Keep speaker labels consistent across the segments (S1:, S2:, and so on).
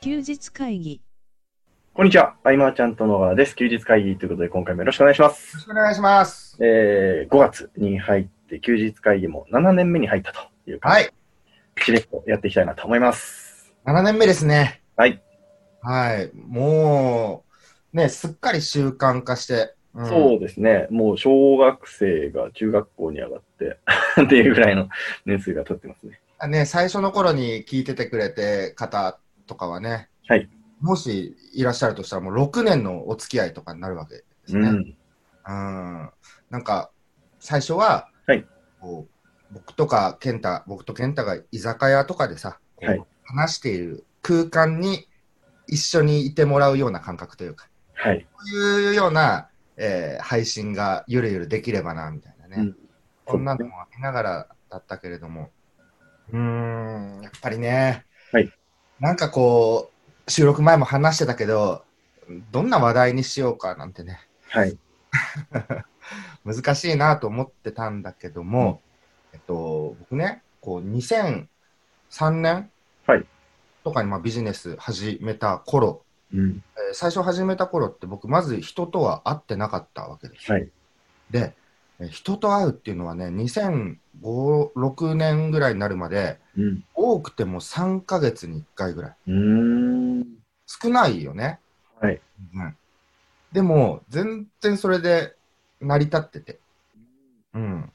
S1: 休日会議。
S2: こんにちは。アイマーちゃんと野川です。休日会議ということで、今回もよろしくお願いしま
S3: よろ
S2: す。
S3: しくお願いします。
S2: えー、5月に入って、休日会議も7年目に入ったという感
S3: はい。
S2: じで、しれっとやっていきたいなと思います。
S3: 7年目ですね。
S2: はい。
S3: はい。もう、ね、すっかり習慣化して。うん
S2: そうですね。もう小学生が中学校に上がって、 っていうぐらいの年数が経ってますね。
S3: あね、最初の頃に聞いててくれて方とかはね、
S2: はい
S3: もしいらっしゃるとしたら、もう6年のお付き合いとかになるわけですね。
S2: う
S3: うん。
S2: ん。
S3: なんか、最初は、
S2: はい
S3: こう僕とか健太、僕と健太が居酒屋とかでさ、こう
S2: はい
S3: 話している空間に一緒にいてもらうような感覚というか、
S2: はい。
S3: こういうような、えー配信がゆるゆるできればな、みたいなね。
S2: うん
S3: こんなのもありながらだったけれども。うーん、やっぱりね。
S2: はい
S3: なんかこう、収録前も話してたけど、どんな話題にしようかなんてね、
S2: はい。
S3: 難しいなと思ってたんだけども、えっと、僕ね、こう、2003年
S2: はい
S3: とかにまあビジネス始めた頃、
S2: うん。
S3: えー最初始めた頃って僕まず人とは会ってなかったわけです。
S2: はい。
S3: で、えー人と会うっていうのはね2005、6年ぐらいになるまで
S2: うん。
S3: 多くても3ヶ月に1回ぐらいう
S2: ーん。
S3: 少ないよね。
S2: はい。
S3: うん、でも全然それで成り立ってて、うん、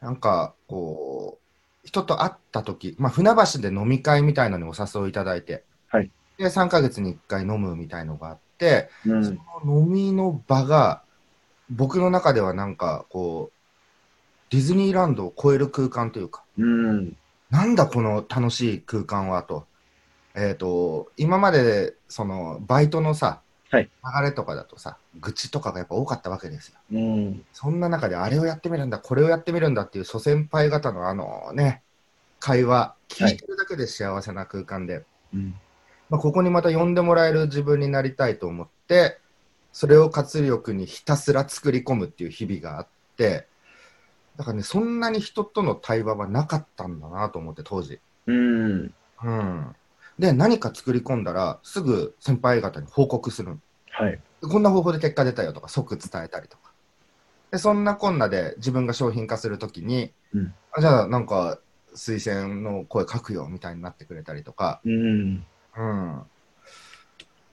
S3: なんかこう人と会った時、まあ、船橋で飲み会みたいのにお誘いいただいて、
S2: はい、
S3: で3ヶ月に1回飲むみたいのがあって、
S2: うん。
S3: 飲みの場が僕の中ではなんかこうディズニーランドを超える空間というか
S2: うん。
S3: なんだこの楽しい空間はと,、えー、と今までそのバイトのさ、
S2: はい
S3: 流れとかだとさ愚痴とかがやっぱ多かったわけですよ
S2: うん。
S3: そんな中であれをやってみるんだこれをやってみるんだっていう諸先輩方のあのね会話聞いてるだけで幸せな空間で、
S2: うん。
S3: まあ、ここにまた呼んでもらえる自分になりたいと思ってそれを活力にひたすら作り込むっていう日々があってだからねそんなに人との対話はなかったんだなと思って当時。
S2: うん。
S3: うん、で何か作り込んだらすぐ先輩方に報告する
S2: はい。
S3: こんな方法で結果出たよとか即伝えたりとかでそんなこんなで自分が商品化するときに、
S2: うん
S3: あじゃあなんか推薦の声書くよみたいになってくれたりとか
S2: うん。
S3: うん。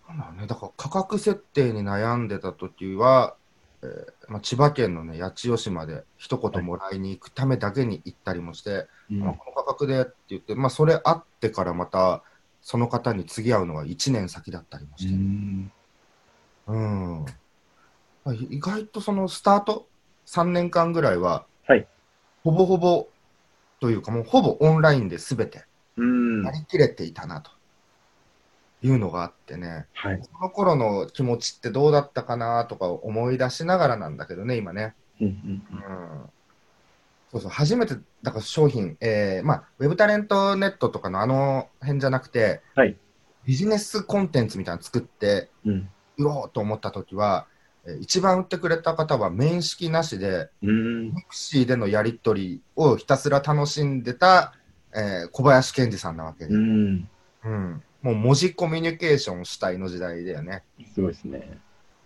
S3: なんだろうね、だから価格設定に悩んでた時は、えーまあ、千葉県のね、八千代市まで一言もらいに行くためだけに行ったりもして、
S2: う
S3: まあ
S2: ん。
S3: この価格でって言って、まあ、それあってからまた、その方に次会うのは1年先だったりも
S2: う
S3: して、
S2: ん。
S3: うんまあ意外とそのスタート、3年間ぐらいは、
S2: はい
S3: ほぼほぼというか、もうほぼオンラインで全て
S2: うん。
S3: や
S2: はい。
S3: りきれていたなというのがあってね、その頃の気持ちってどうだったかなとか思い出しながらなんだけどね、今ね。
S2: うん。うん
S3: う。ん、そうそう、初めて、だから商品、えーまあ、ウェブタレントネットとかのあの辺じゃなくて、
S2: はい
S3: ビジネスコンテンツみたいなの作って
S2: うん。
S3: 売ろうと思った時は、えー一番売ってくれた方は面識なしで、
S2: うん。
S3: ミクシーでのやり取りをひたすら楽しんでた、えー小林健二さんなわけで、
S2: うん。
S3: うん、もう文字コミュニケーション主体の時代だよね。
S2: すごいですね。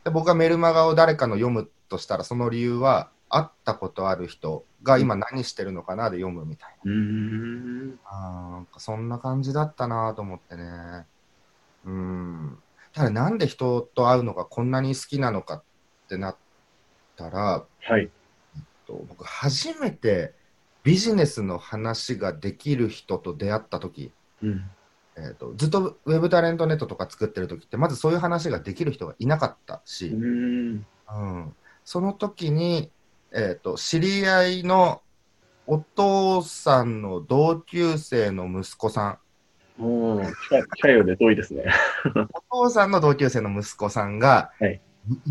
S3: で僕がメルマガを誰かの読むとしたらその理由は会ったことある人が今何してるのかなで読むみたいう
S2: ーん。
S3: なあーなんかそんな感じだったなと思ってねうんただなんで人と会うのがこんなに好きなのかってなったら
S2: はい。
S3: と僕初めてビジネスの話ができる人と出会った時、
S2: うん。
S3: えー、とずっとウェブタレントネットとか作ってる時ってまずそういう話ができる人がいなかったし、
S2: うん。
S3: うん、その時に、えー、と知り合いのお父さんの同級生の息子さん
S2: もう、近い近いようで遠いですね。
S3: お父さんの同級生の息子さんが、
S2: はい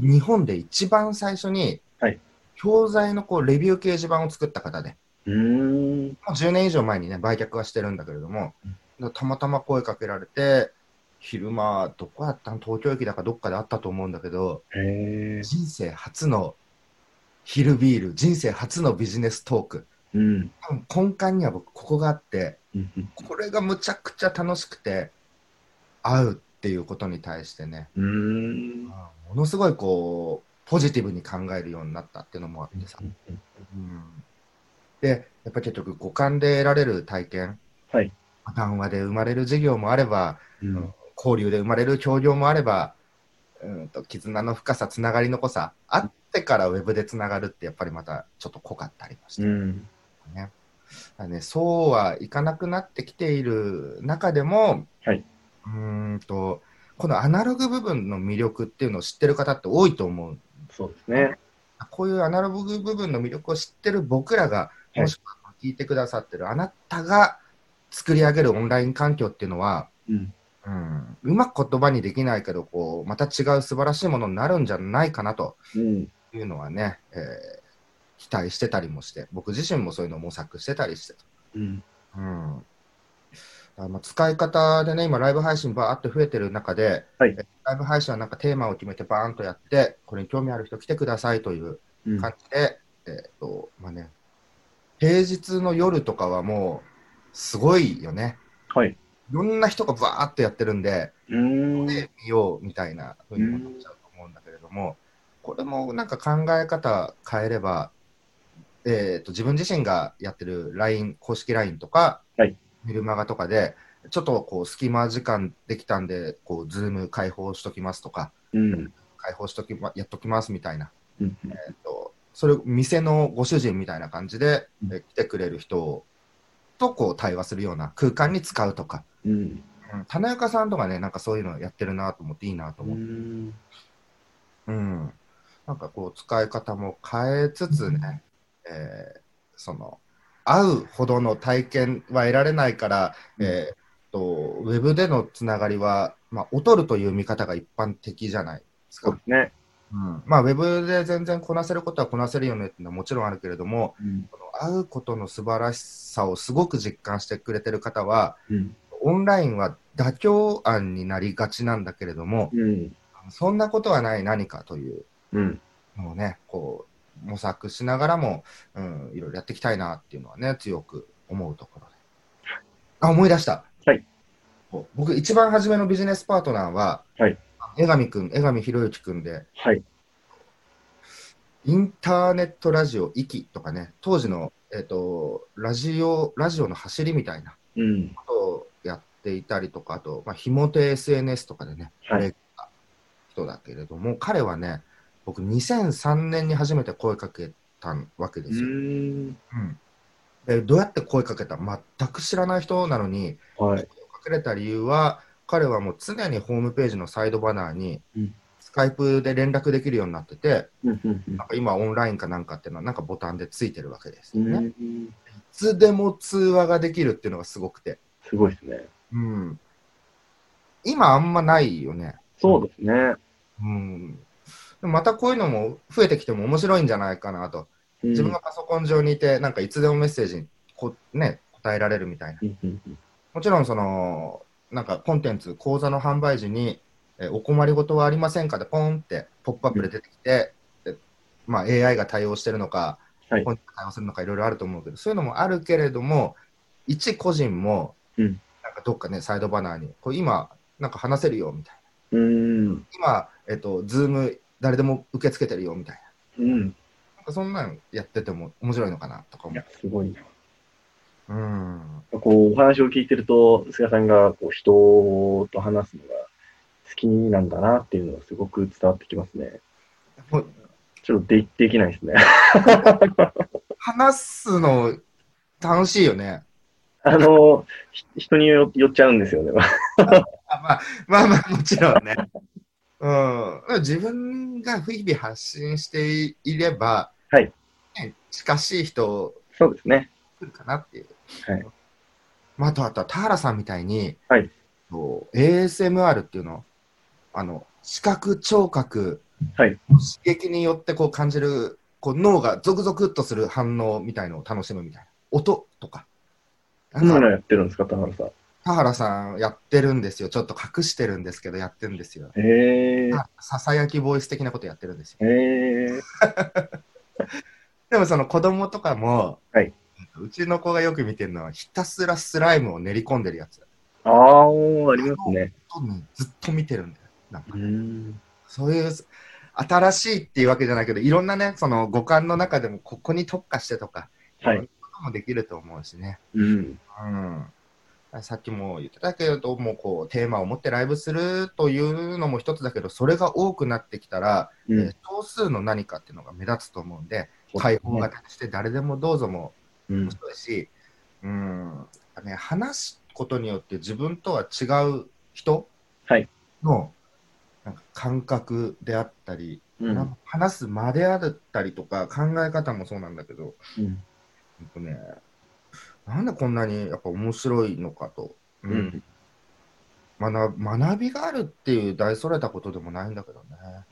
S3: に日本で一番最初に、
S2: はい
S3: 教材のこうレビュー掲示板を作った方で
S2: うーん。
S3: もう10年以上前にね売却はしてるんだけれども、たまたま声かけられて昼間どこだったの東京駅だかどっかであったと思うんだけど、
S2: へえ。
S3: 人生初の昼ビール人生初のビジネストーク
S2: うん。
S3: 多分根幹には僕ここがあって
S2: うん
S3: これがむちゃくちゃ楽しくて会うっていうことに対してね、
S2: うーん。
S3: ものすごいこうポジティブに考えるようになったっていうのもあってさ、うんでやっぱり結局五感で得られる体験、
S2: はい
S3: 談話で生まれる授業もあれば
S2: うん
S3: 交流で生まれる協業もあればうんと絆の深さつながりの濃さあってからウェブでつながるってやっぱりまたちょっと濃かったりもして
S2: う、ん。
S3: ね。だからね、そうはいかなくなってきている中でも、
S2: はい、
S3: うーんとこのアナログ部分の魅力っていうのを知ってる方って多いと思う。
S2: そうですね。
S3: こういうアナログ部分の魅力を知ってる僕らが、
S2: い
S3: もしくは聞いてくださってるあなたが作り上げるオンライン環境っていうのは、
S2: うん。
S3: うん、うまく言葉にできないけどこう、また違う素晴らしいものになるんじゃないかなと
S2: うん。
S3: いうのはね、えー期待してたりもして、僕自身もそういうのを模索してたりして。
S2: うん。
S3: うん、あの使い方でね、今、ライブ配信バーって増えてる中で、
S2: はい
S3: えライブ配信はなんかテーマを決めてバーンとやって、これに興味ある人来てくださいという
S2: うん
S3: 感じで、えっとまあね、平日の夜とかはもう、すごいよね。
S2: はい。
S3: いろんな人がバーってやってるんで、
S2: うーん。
S3: 見ようみたいなふうに思っちゃうと思うんだけれども、これもなんか考え方変えれば、えー、と自分自身がやってる LINE、公式 LINE とか、
S2: はい
S3: メルマガとかで、ちょっとこう隙間時間できたんで、こうズーム開放しときますとか、
S2: うん。
S3: 開放しときま、やっときますみたいな、
S2: うん。
S3: えー、とそれ、店のご主人みたいな感じで、
S2: うん
S3: えー来てくれる人をとこう対話するような空間に使うとか、
S2: うん。
S3: うん、田中さんとかね、なんかそういうのやってるなと思って、いいなと思って。
S2: うん。
S3: うん、なんかこう使い方も変えつつね、えーその会うほどの体験は得られないから、
S2: うん
S3: えーとウェブでのつながりは、まあ、劣るという見方が一般的じゃないです
S2: そ
S3: か。
S2: うですね。
S3: うんまあ、ウェブで全然こなせることはこなせるよねっていうのはもちろんあるけれども、
S2: うん。
S3: この会うことの素晴らしさをすごく実感してくれてる方は、
S2: うん。
S3: オンラインは妥協案になりがちなんだけれども、
S2: うん。
S3: そんなことはない何かという
S2: うん。
S3: のをね、こう、模索しながらも、うん、いろいろやっていきたいなっていうのはね、強く思うところで。あ、思い出した。
S2: はい
S3: こう。僕、一番初めのビジネスパートナーは、
S2: はい
S3: 江上くん、江上博之くんで、
S2: はい。
S3: インターネットラジオ、息とかね、当時の、えっ、と、ラジオ、ラジオの走りみたいな
S2: うん。
S3: ことをやっていたりとか、あと、まあ、ひもて SNS とかでね、
S2: はい。
S3: 人だけれども、彼はね、僕、2003年に初めて声かけたわけで
S2: う
S3: すよ。
S2: ーん。
S3: うんでどうやって声かけた全く知らない人なのに、
S2: はい。
S3: 声かけれた理由は、彼はもう常にホームページのサイドバナーに、
S2: うん
S3: スカイプで連絡できるようになってて、
S2: うん。うん
S3: なんか今、オンラインかなんかっていうのは、なんかボタンでついてるわけです
S2: う
S3: よね。い
S2: ん。
S3: つでも通話ができるっていうのがすごくて、
S2: すごいですね。
S3: うん、今、あんまないよね。
S2: そうですね。
S3: うん、でもまたこういうのも増えてきても面白いんじゃないかなと、
S2: うん
S3: 自分がパソコン上にいて、なんかいつでもメッセージにこ、ね、答えられるみたいな、
S2: うんうんうん
S3: もちろんその、なんかコンテンツ、講座の販売時に、えお困りごとはありませんかで、ポンってポップアップで出てきて、でまあ、AI が対応してるのか、
S2: はい
S3: 本人が対応するのか、いろいろあると思うけど、そういうのもあるけれども、一個人も、
S2: うん
S3: なんかどっかね、サイドバナーに、これ今、なんか話せるよみたいな。
S2: うーん。
S3: 今、えっと、ズーム誰でも受け付けてるよみたいな。
S2: うん。
S3: なんかそんなのやってても面白いのかなとか
S2: い
S3: 思
S2: や
S3: う。、
S2: すごいな。
S3: うん。
S2: こう、お話を聞いてると、菅さんがこう人と話すのが好きなんだなっていうのがすごく伝わってきますね。
S3: もう
S2: ちょっとでできないですね。
S3: 話すの楽しいよね。
S2: あの、ひ人によ寄っちゃうんですよね。
S3: あまあまあまあもちろ んね。うん、自分が日々発信していれば、
S2: はい
S3: ね、近しい人
S2: そうですね。
S3: 来るかなっていう。
S2: はい
S3: まあ、あとあとは田原さんみたいに、
S2: はい
S3: こう ASMR っていうのあの視覚聴覚、
S2: はい
S3: 刺激によってこう感じるこう脳がゾクゾクっとする反応みたいのを楽しむみたいな音とか。な
S2: 何
S3: んか
S2: やってるんですか、田原さん。
S3: 田原さんやってるんですよ。ちょっと隠してるんですけどやってるんですよ。
S2: へえ。
S3: ささやきボイス的なことやってるんですよ。
S2: へえ。
S3: でもその子供とかも、
S2: はいう
S3: ちの子がよく見てるのはひたすらスライムを練り込んでるやつ。
S2: ああ、ありますね。
S3: ずっと見てるんだよ。なんか
S2: うん。
S3: そういう新しいっていうわけじゃないけどいろんなねその五感の中でもここに特化してとか
S2: はい。
S3: もできると思うしね、
S2: うん。
S3: うん、さっきも言ってたけどもうこうテーマを持ってライブするというのも一つだけどそれが多くなってきたら、
S2: う
S3: え
S2: ん
S3: ー。少数の何かっていうのが目立つと思うんで
S2: そう
S3: 開放型にして誰でもどうぞも
S2: うん
S3: 面。白いし、うんね、話すことによって自分とは違う人
S2: はい
S3: のなんか感覚であったり、
S2: う
S3: なん
S2: ん
S3: か話す間であったりとか考え方もそうなんだけど、
S2: うん。
S3: ほんとね、なんでこんなにやっぱ面白いのかと、う
S2: うん。
S3: 学学びがあるっていう大それたことでもないんだけど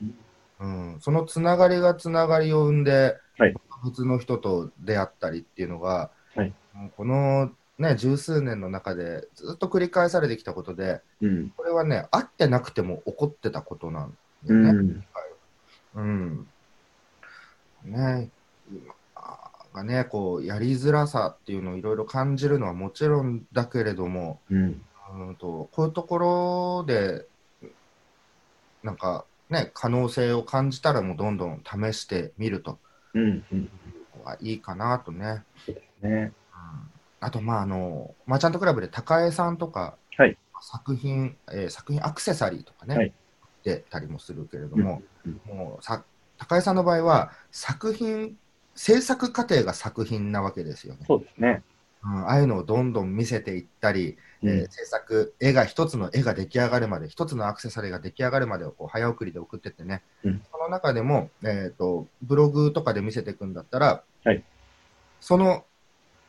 S3: ね、
S2: うん
S3: うん、そのつながりがつながりを生んで、
S2: はい
S3: 普通の人と出会ったりっていうのが、
S2: はい
S3: もうこの、ね、十数年の中でずっと繰り返されてきたことで
S2: うん。
S3: これはね会ってなくても起こってたことなんだ
S2: う
S3: よね。
S2: ん。
S3: うん。ね今がね、こう、やりづらさっていうのをいろいろ感じるのはもちろんだけれども、
S2: うん。
S3: うんとこういうところで、なんかね、可能性を感じたらもうどんどん試してみると
S2: うん。うん。
S3: いいかなとね。
S2: ね。
S3: うんあと、まあ、あの、マーチャントクラブで高江さんとか、
S2: はい
S3: 作品、えー作品アクセサリーとかね、
S2: はい
S3: 出たりもするけれども、
S2: うん
S3: もうさ高井さんの場合は作品制作過程が作品なわけですよね、
S2: そうですね。
S3: うん、ああいうのをどんどん見せていったり、
S2: う
S3: え
S2: ん
S3: ー。制作絵が一つの絵が出来上がるまで一つのアクセサリーが出来上がるまでをこう早送りで送ってってね、
S2: うん
S3: その中でも、えー、とブログとかで見せていくんだったら、
S2: はい
S3: その、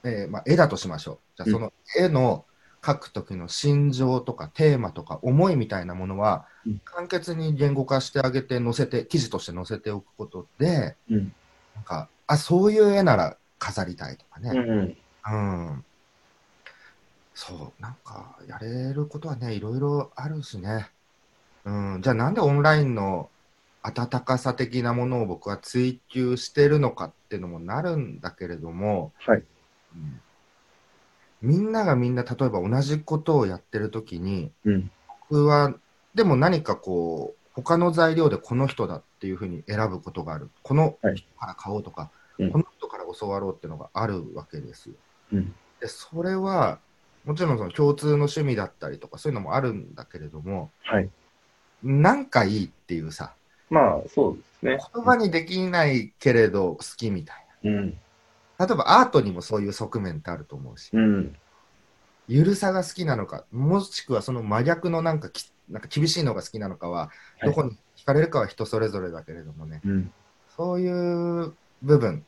S3: えーまあ、絵だとしましょうじゃあその絵の描く時の心情とかテーマとか思いみたいなものは、
S2: うん
S3: 簡潔に言語化してあげて載せて記事として載せておくことで
S2: うん。
S3: なんかあそういう絵なら飾りたいとかね、
S2: うん。
S3: うん。そう、なんか、やれることはね、いろいろあるしね。うん、じゃあなんでオンラインの温かさ的なものを僕は追求してるのかっていうのもなるんだけれども、
S2: はい。
S3: うんみんながみんな、例えば同じことをやってるときに、
S2: うん。
S3: 僕は、でも何かこう、他の材料でこの人だっていうふうに選ぶことがある。この人から買おうとか、
S2: はいうん
S3: この人から教わろうっていうのがあるわけですよ。
S2: うん。
S3: でそれはもちろんその共通の趣味だったりとかそういうのもあるんだけれども
S2: はい。
S3: なんかいいっていうさ
S2: まあ、そうですね。
S3: 言葉にできないけれど好きみたい
S2: うん。
S3: な例えばアートにもそういう側面ってあると思うし
S2: うん。
S3: ゆるさが好きなのかもしくはその真逆のなんかきなんか厳しいのが好きなのかは
S2: はい
S3: どこに惹かれるかは人それぞれだけれどもね
S2: うん。
S3: そういう部分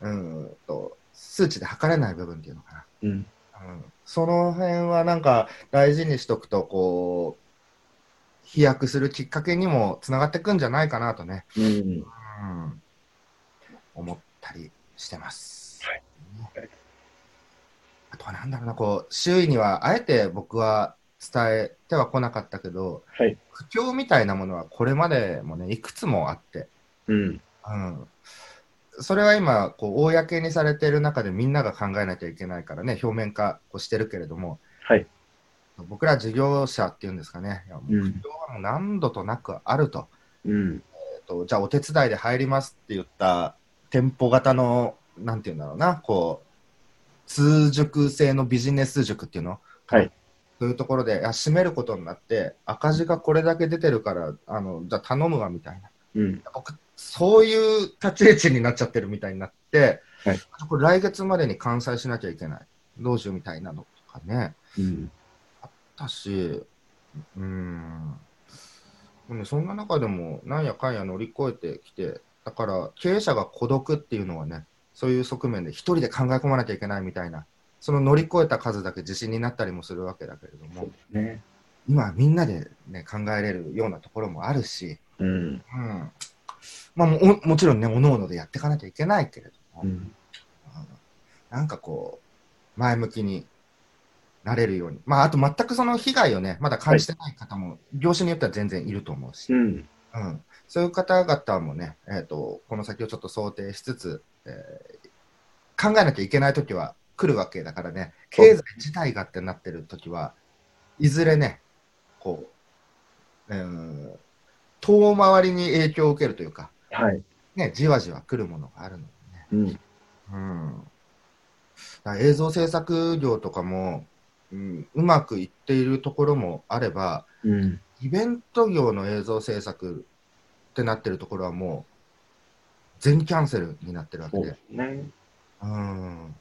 S3: うーんと数値で測れない部分っていうのかな
S2: うん。
S3: うんその辺はなんか大事にしとくとこう飛躍するきっかけにもつながってくんじゃないかなとね、
S2: うん。
S3: うん、思ったりしてます。
S2: はい
S3: ねあとはなんだろうなこう周囲にはあえて僕は伝えてはこなかったけど
S2: はい。
S3: 苦境みたいなものはこれまでもねいくつもあって、
S2: うん。
S3: うん、それは今こう公にされている中でみんなが考えなきゃいけないからね表面化をしてるけれども
S2: はい。
S3: 僕ら事業者っていうんですかねいやもう
S2: うん
S3: 苦境はもう何度となくあると,、
S2: うん。
S3: えっとじゃあお手伝いで入りますって言った店舗型のなんていうんだろうなこう通塾制のビジネス塾っていうの
S2: はい
S3: そういうところでいや閉めることになって赤字がこれだけ出てるからあのじゃあ頼むわみたいな。
S2: うん。
S3: 僕そういう立ち位置になっちゃってるみたいになって、
S2: はい
S3: これ来月までに完済しなきゃいけないどうしようみたいなのとかね
S2: うん。
S3: だしうーんでもそんな中でもなんやかんや乗り越えてきてだから経営者が孤独っていうのはねそういう側面で一人で考え込まなきゃいけないみたいなその乗り越えた数だけ自信になったりもするわけだけれど
S2: そう
S3: も
S2: ですね。
S3: 今はみんなで、ね、考えれるようなところもあるし、
S2: うん。
S3: うんまあ、もおもちろんね、おのおのでやっていかなきゃいけないけれども、
S2: うん。
S3: うんなんかこう、前向きになれるように、まあ、あと全くその被害をね、まだ感じてない方も、業種によっては全然いると思うし、
S2: うん。
S3: うん、そういう方々もね、えーと、この先をちょっと想定しつつ、えー考えなきゃいけないときは来るわけだからね、経済自体がってなってるときは、いずれね、こう、うん、遠回りに影響を受けるというか、
S2: はい。
S3: ね、じわじわ来るものがあるのでね。
S2: うん。
S3: うん、だから映像制作業とかも、うん、うまくいっているところもあれば、
S2: うん。
S3: イベント業の映像制作ってなってるところはもう全キャンセルになってるわけ
S2: そう
S3: で
S2: で。すね。
S3: うん。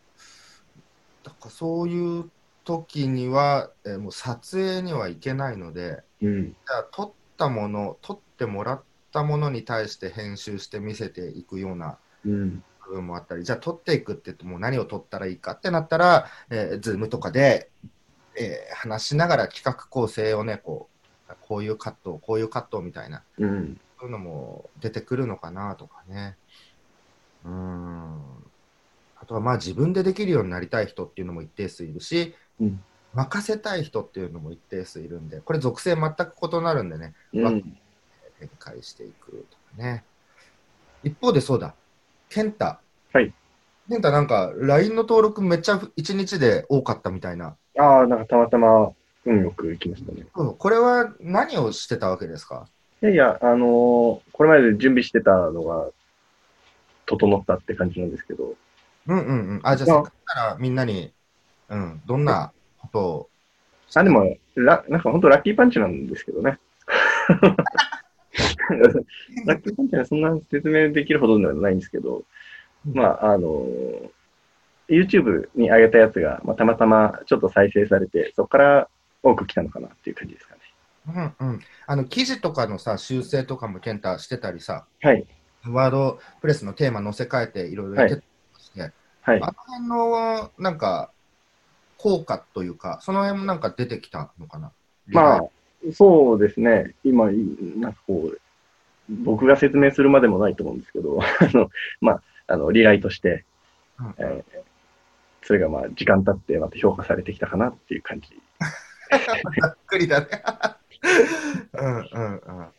S3: だからそういう時には、えーもう撮影には行けないので、
S2: うん。
S3: じゃあ撮ったもの、撮ってもらったものに対して編集して見せていくような
S2: うん。
S3: 部分もあったり、じゃあ撮っていくって言っても何を撮ったらいいかってなったら、えー、ズームとかで、えー話しながら企画構成をね、こう、こういうカット、こういうカットみたいな、
S2: うん。
S3: そういうのも出てくるのかなとかね。うーん。あとはまあ自分でできるようになりたい人っていうのも一定数いるし、
S2: うん
S3: 任せたい人っていうのも一定数いるんで、これ属性全く異なるんでね、
S2: うん。
S3: 展開していくとかね。一方でそうだ、ケンタ。
S2: はい。
S3: ケンタなんか LINE の登録めっちゃ1日で多かったみたいな。
S2: ああ、なんかたまたま運よく行きましたね。
S3: うんこれは何をしてたわけですか
S2: いやいや、あのーこれまで準備してたのが、整ったって感じなんですけど、
S3: うんうんうん。あ、じゃあ
S2: いや
S3: せっかくならみんなに、うん、どんなことを。
S2: あ、でも、ラなんか本当ラッキーパンチなんですけどね。ラッキーパンチはそんな説明できるほどではないんですけど、まあ、あの、YouTube に上げたやつが、まあ、たまたまちょっと再生されて、そこから多く来たのかなっていう感じですかね。
S3: うんうん。あの、記事とかのさ、修正とかもケンタしてたりさ、
S2: はい。
S3: ワードプレスのテーマ載せ替えていろいろやってたりして、
S2: はい。
S3: あの辺のなんか効果というか、その辺もなんか出てきたのかな。
S2: まあ、そうですね。今、いなんかこう、僕が説明するまでもないと思うんですけど、あの、まあ、あの、リライとして、
S3: うん
S2: えーそれがまあ、時間経ってまた評価されてきたかなっていう感じ。
S3: ざっくりだね。 うんうんうん。あ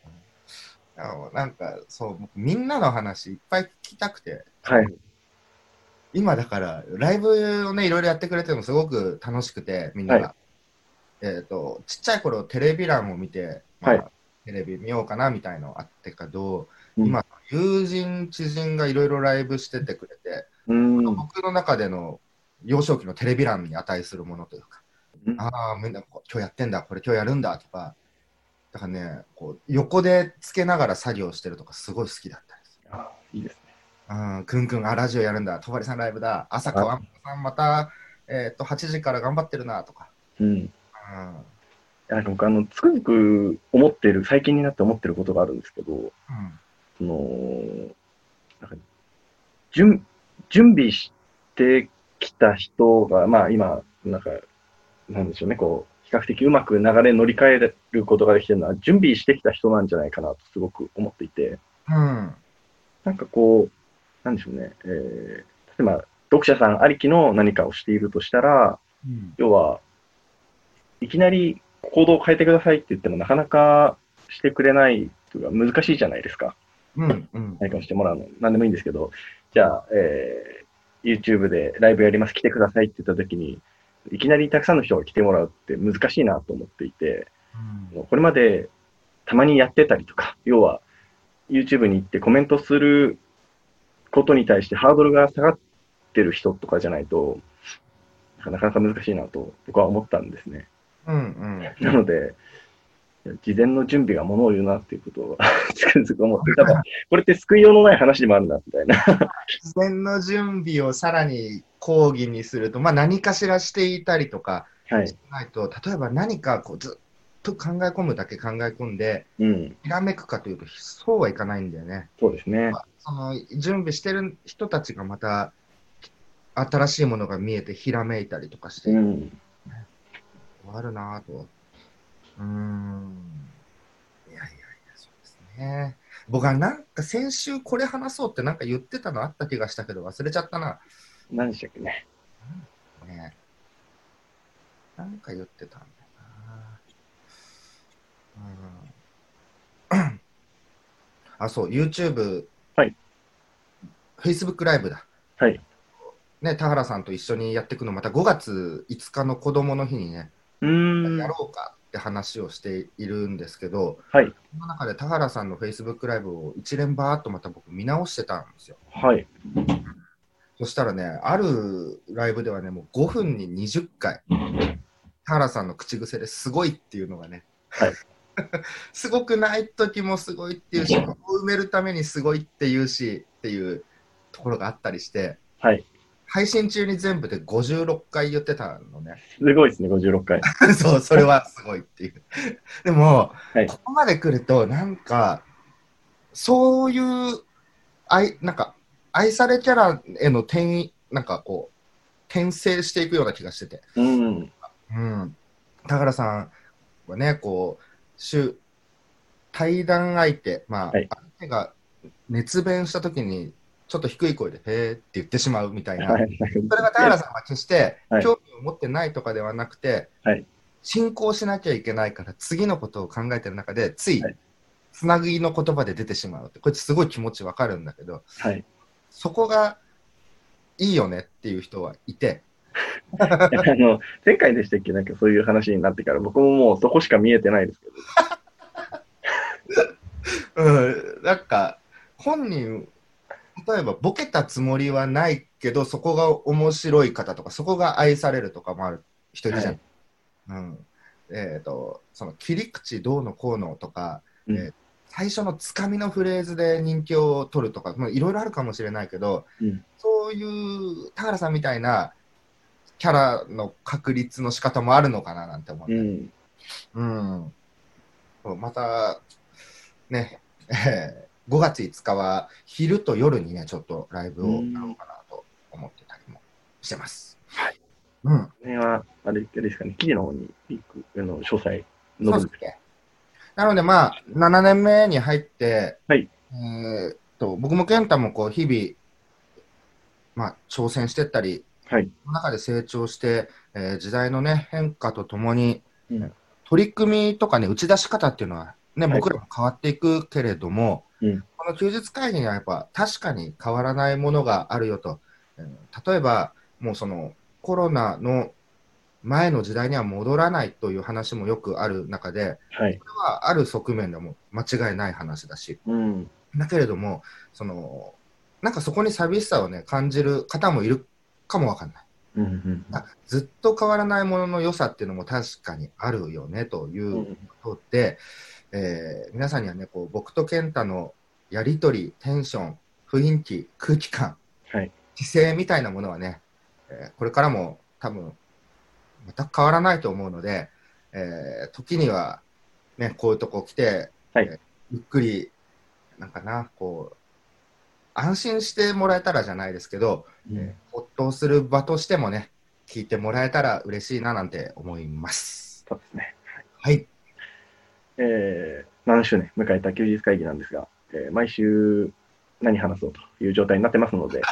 S3: のなんかそう、僕みんなの話いっぱい聞きたくて、
S2: はい。
S3: 今だからライブをね、いろいろやってくれてるのすごく楽しくて、みんなが。
S2: は
S3: えっ、と、ちっちゃい頃テレビ欄を見て、まあ
S2: はい
S3: テレビ見ようかなみたいのあってけど、
S2: うん
S3: 今、友人、知人がいろいろライブしててくれて、
S2: うん。
S3: 僕の中での幼少期のテレビ欄に値するものというか、
S2: うん
S3: ああ、みんなこう今日やってんだ、これ今日やるんだとか、だからね、こう横でつけながら作業してるとか、すごい好きだったんですよ。
S2: あいいですね。
S3: うん、くんくん、あ、ラジオやるんだ、とばりさんライブだ、朝
S2: あ
S3: 川村さんまた、えっと8時から頑張ってるなとか、
S2: うん。
S3: うん、うん、
S2: なんか僕あの、つくづく思ってる、最近になって思ってることがあるんですけど、その、なんか、準、準備してきた人が、まあ今、なんか、なんでしょうね、こう、比較的うまく流れ乗り換えることができてるのは、準備してきた人なんじゃないかなとすごく思っていて、
S3: うん、
S2: なんかこう、なんでしょうね、えー、例えば、読者さんありきの何かをしているとしたら、
S3: うん、
S2: 要は、いきなり行動を変えてくださいって言っても、なかなかしてくれないというか、難しいじゃないですか。
S3: うん、うん、
S2: 何かをしてもらうの。何でもいいんですけど、じゃあ、えー YouTube でライブやります、来てくださいって言った時に、いきなりたくさんの人が来てもらうって難しいなと思っていて、これまでたまにやってたりとか、要は YouTube に行ってコメントすることに対してハードルが下がってる人とかじゃないと、なかなか難しいなと僕は思ったんですね。
S3: うん、うん、
S2: なので、事前の準備がものを言うなっていうことをつくづく思って、ただ、これって救いようのない話でもあるな、みたいな。
S3: 事前の準備をさらに講義にすると、まあ、何かしらしていたりとか、
S2: はい。
S3: ないと、例えば何かこうずっと考え込むだけ考え込んで、
S2: うん。
S3: ひらめくかというと、そうはいかないんだよね。
S2: そうですね。
S3: その準備してる人たちがまた新しいものが見えてひらめいたりとかして、
S2: うん。
S3: あるなぁと。うーん。いやいやいや、そうですね。僕はなんか先週これ話そうってなんか言ってたのあった気がしたけど忘れちゃったな。
S2: 何でしたっけね。
S3: ねなんか言ってたんだよな。うん。あ、そう、YouTube。
S2: はい。
S3: Facebook ライブだ。
S2: はい。
S3: ね、田原さんと一緒にやっていくの、また5月5日の子供の日にね、
S2: うーん。
S3: やろうかって話をしているんですけど、
S2: はい。
S3: その中で田原さんの Facebook ライブを一連バーっとまた僕見直してたんですよ。
S2: はい。
S3: そしたらね、あるライブではね、もう5分に20回、田原さんの口癖ですごいっていうのがね、
S2: はい、
S3: すごくない時もすごいっていうし、ここを埋めるためにすごいっていうしっていうところがあったりして、
S2: はい。
S3: 配信中に全部で56回言ってたのね。
S2: すごいですね、56回。
S3: そう、それはすごいっていう。でも、
S2: はい
S3: ここまで来ると、なんか、そういう、愛、なんか、愛されキャラへの転移、なんかこう、転生していくような気がしてて。
S2: うん。
S3: うん。田原さんはね、こう、週、対談相手、まあ、
S2: はい
S3: 相手が熱弁したときに、ちょっと低い声で、へーって言ってしまうみたいな。
S2: はい。
S3: それが田原さんは決して
S2: はい
S3: 興味を持ってないとかではなくて、
S2: はい
S3: 進行しなきゃいけないから次のことを考えてる中でつい
S2: はい
S3: つなぎの言葉で出てしまうってこれすごい気持ちわかるんだけど
S2: はい。
S3: そこがいいよねっていう人はいて
S2: あの、前回でしたっけなんかそういう話になってから、僕ももうそこしか見えてないですけど。
S3: うんなんか本人例えばボケたつもりはないけどそこが面白い方とかそこが愛されるとかもある人いるじゃん。うんえー、とその切り口どうのこうのとか、
S2: うん
S3: えー最初のつかみのフレーズで人気を取るとかまあいろいろあるかもしれないけど、
S2: うん
S3: そういう田原さんみたいなキャラの確立の仕方もあるのかななんて思って。
S2: うん。
S3: うん。また、ね、 えー5月5日は昼と夜にね、ちょっとライブをやろうかなと思ってたりもしてます。はい。うん。
S2: これは、あれですかね、記事の方にリンク、あの詳細
S3: そう
S2: 載
S3: です
S2: る。
S3: ね。なのでまあ、7年目に入って、
S2: はい
S3: えーっと、僕も健太もこう、日々、まあ、挑戦してったり、
S2: はい。
S3: その中で成長して、えー時代のね、変化とともに、
S2: うん
S3: 取り組みとかね、打ち出し方っていうのは、ね、
S2: はい
S3: 僕らも変わっていくけれども、
S2: うん
S3: この休日会議にはやっぱ確かに変わらないものがあるよと。えー例えば、もうそのコロナの前の時代には戻らないという話もよくある中で、
S2: はい。
S3: これはある側面でも間違いない話だし、
S2: うん。
S3: だけれども、その、なんかそこに寂しさをね、感じる方もいるかもわかんない。
S2: うんうん。
S3: あずっと変わらないものの良さっていうのも確かにあるよねといううんことで、えー皆さんにはねこう僕と健太のやり取りテンション雰囲気空気感
S2: はい。
S3: 姿勢みたいなものはね、えーこれからも多分全く変わらないと思うので、えー時には、ね、こういうとこ来て、
S2: はい
S3: えーゆっくりなんかなこう安心してもらえたらじゃないですけど、
S2: うん
S3: ほっとする場としてもね、聞いてもらえたら嬉しいななんて思います。
S2: そうですね。
S3: はい。
S2: えー、7周年迎えた休日会議なんですが、えー毎週何話そうという状態になってますので、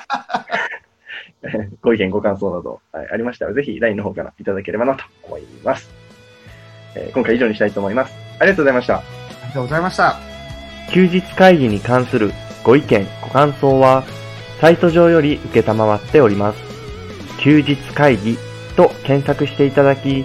S2: えーご意見、ご感想など、はいありましたら、ぜひ LINE の方からいただければなと思います。えー今回以上にしたいと思います。ありがとうございました。
S3: ありがとうございました。
S1: 休日会議に関するご意見、ご感想は、サイト上より受けたまわっております。休日会議と検索していただき、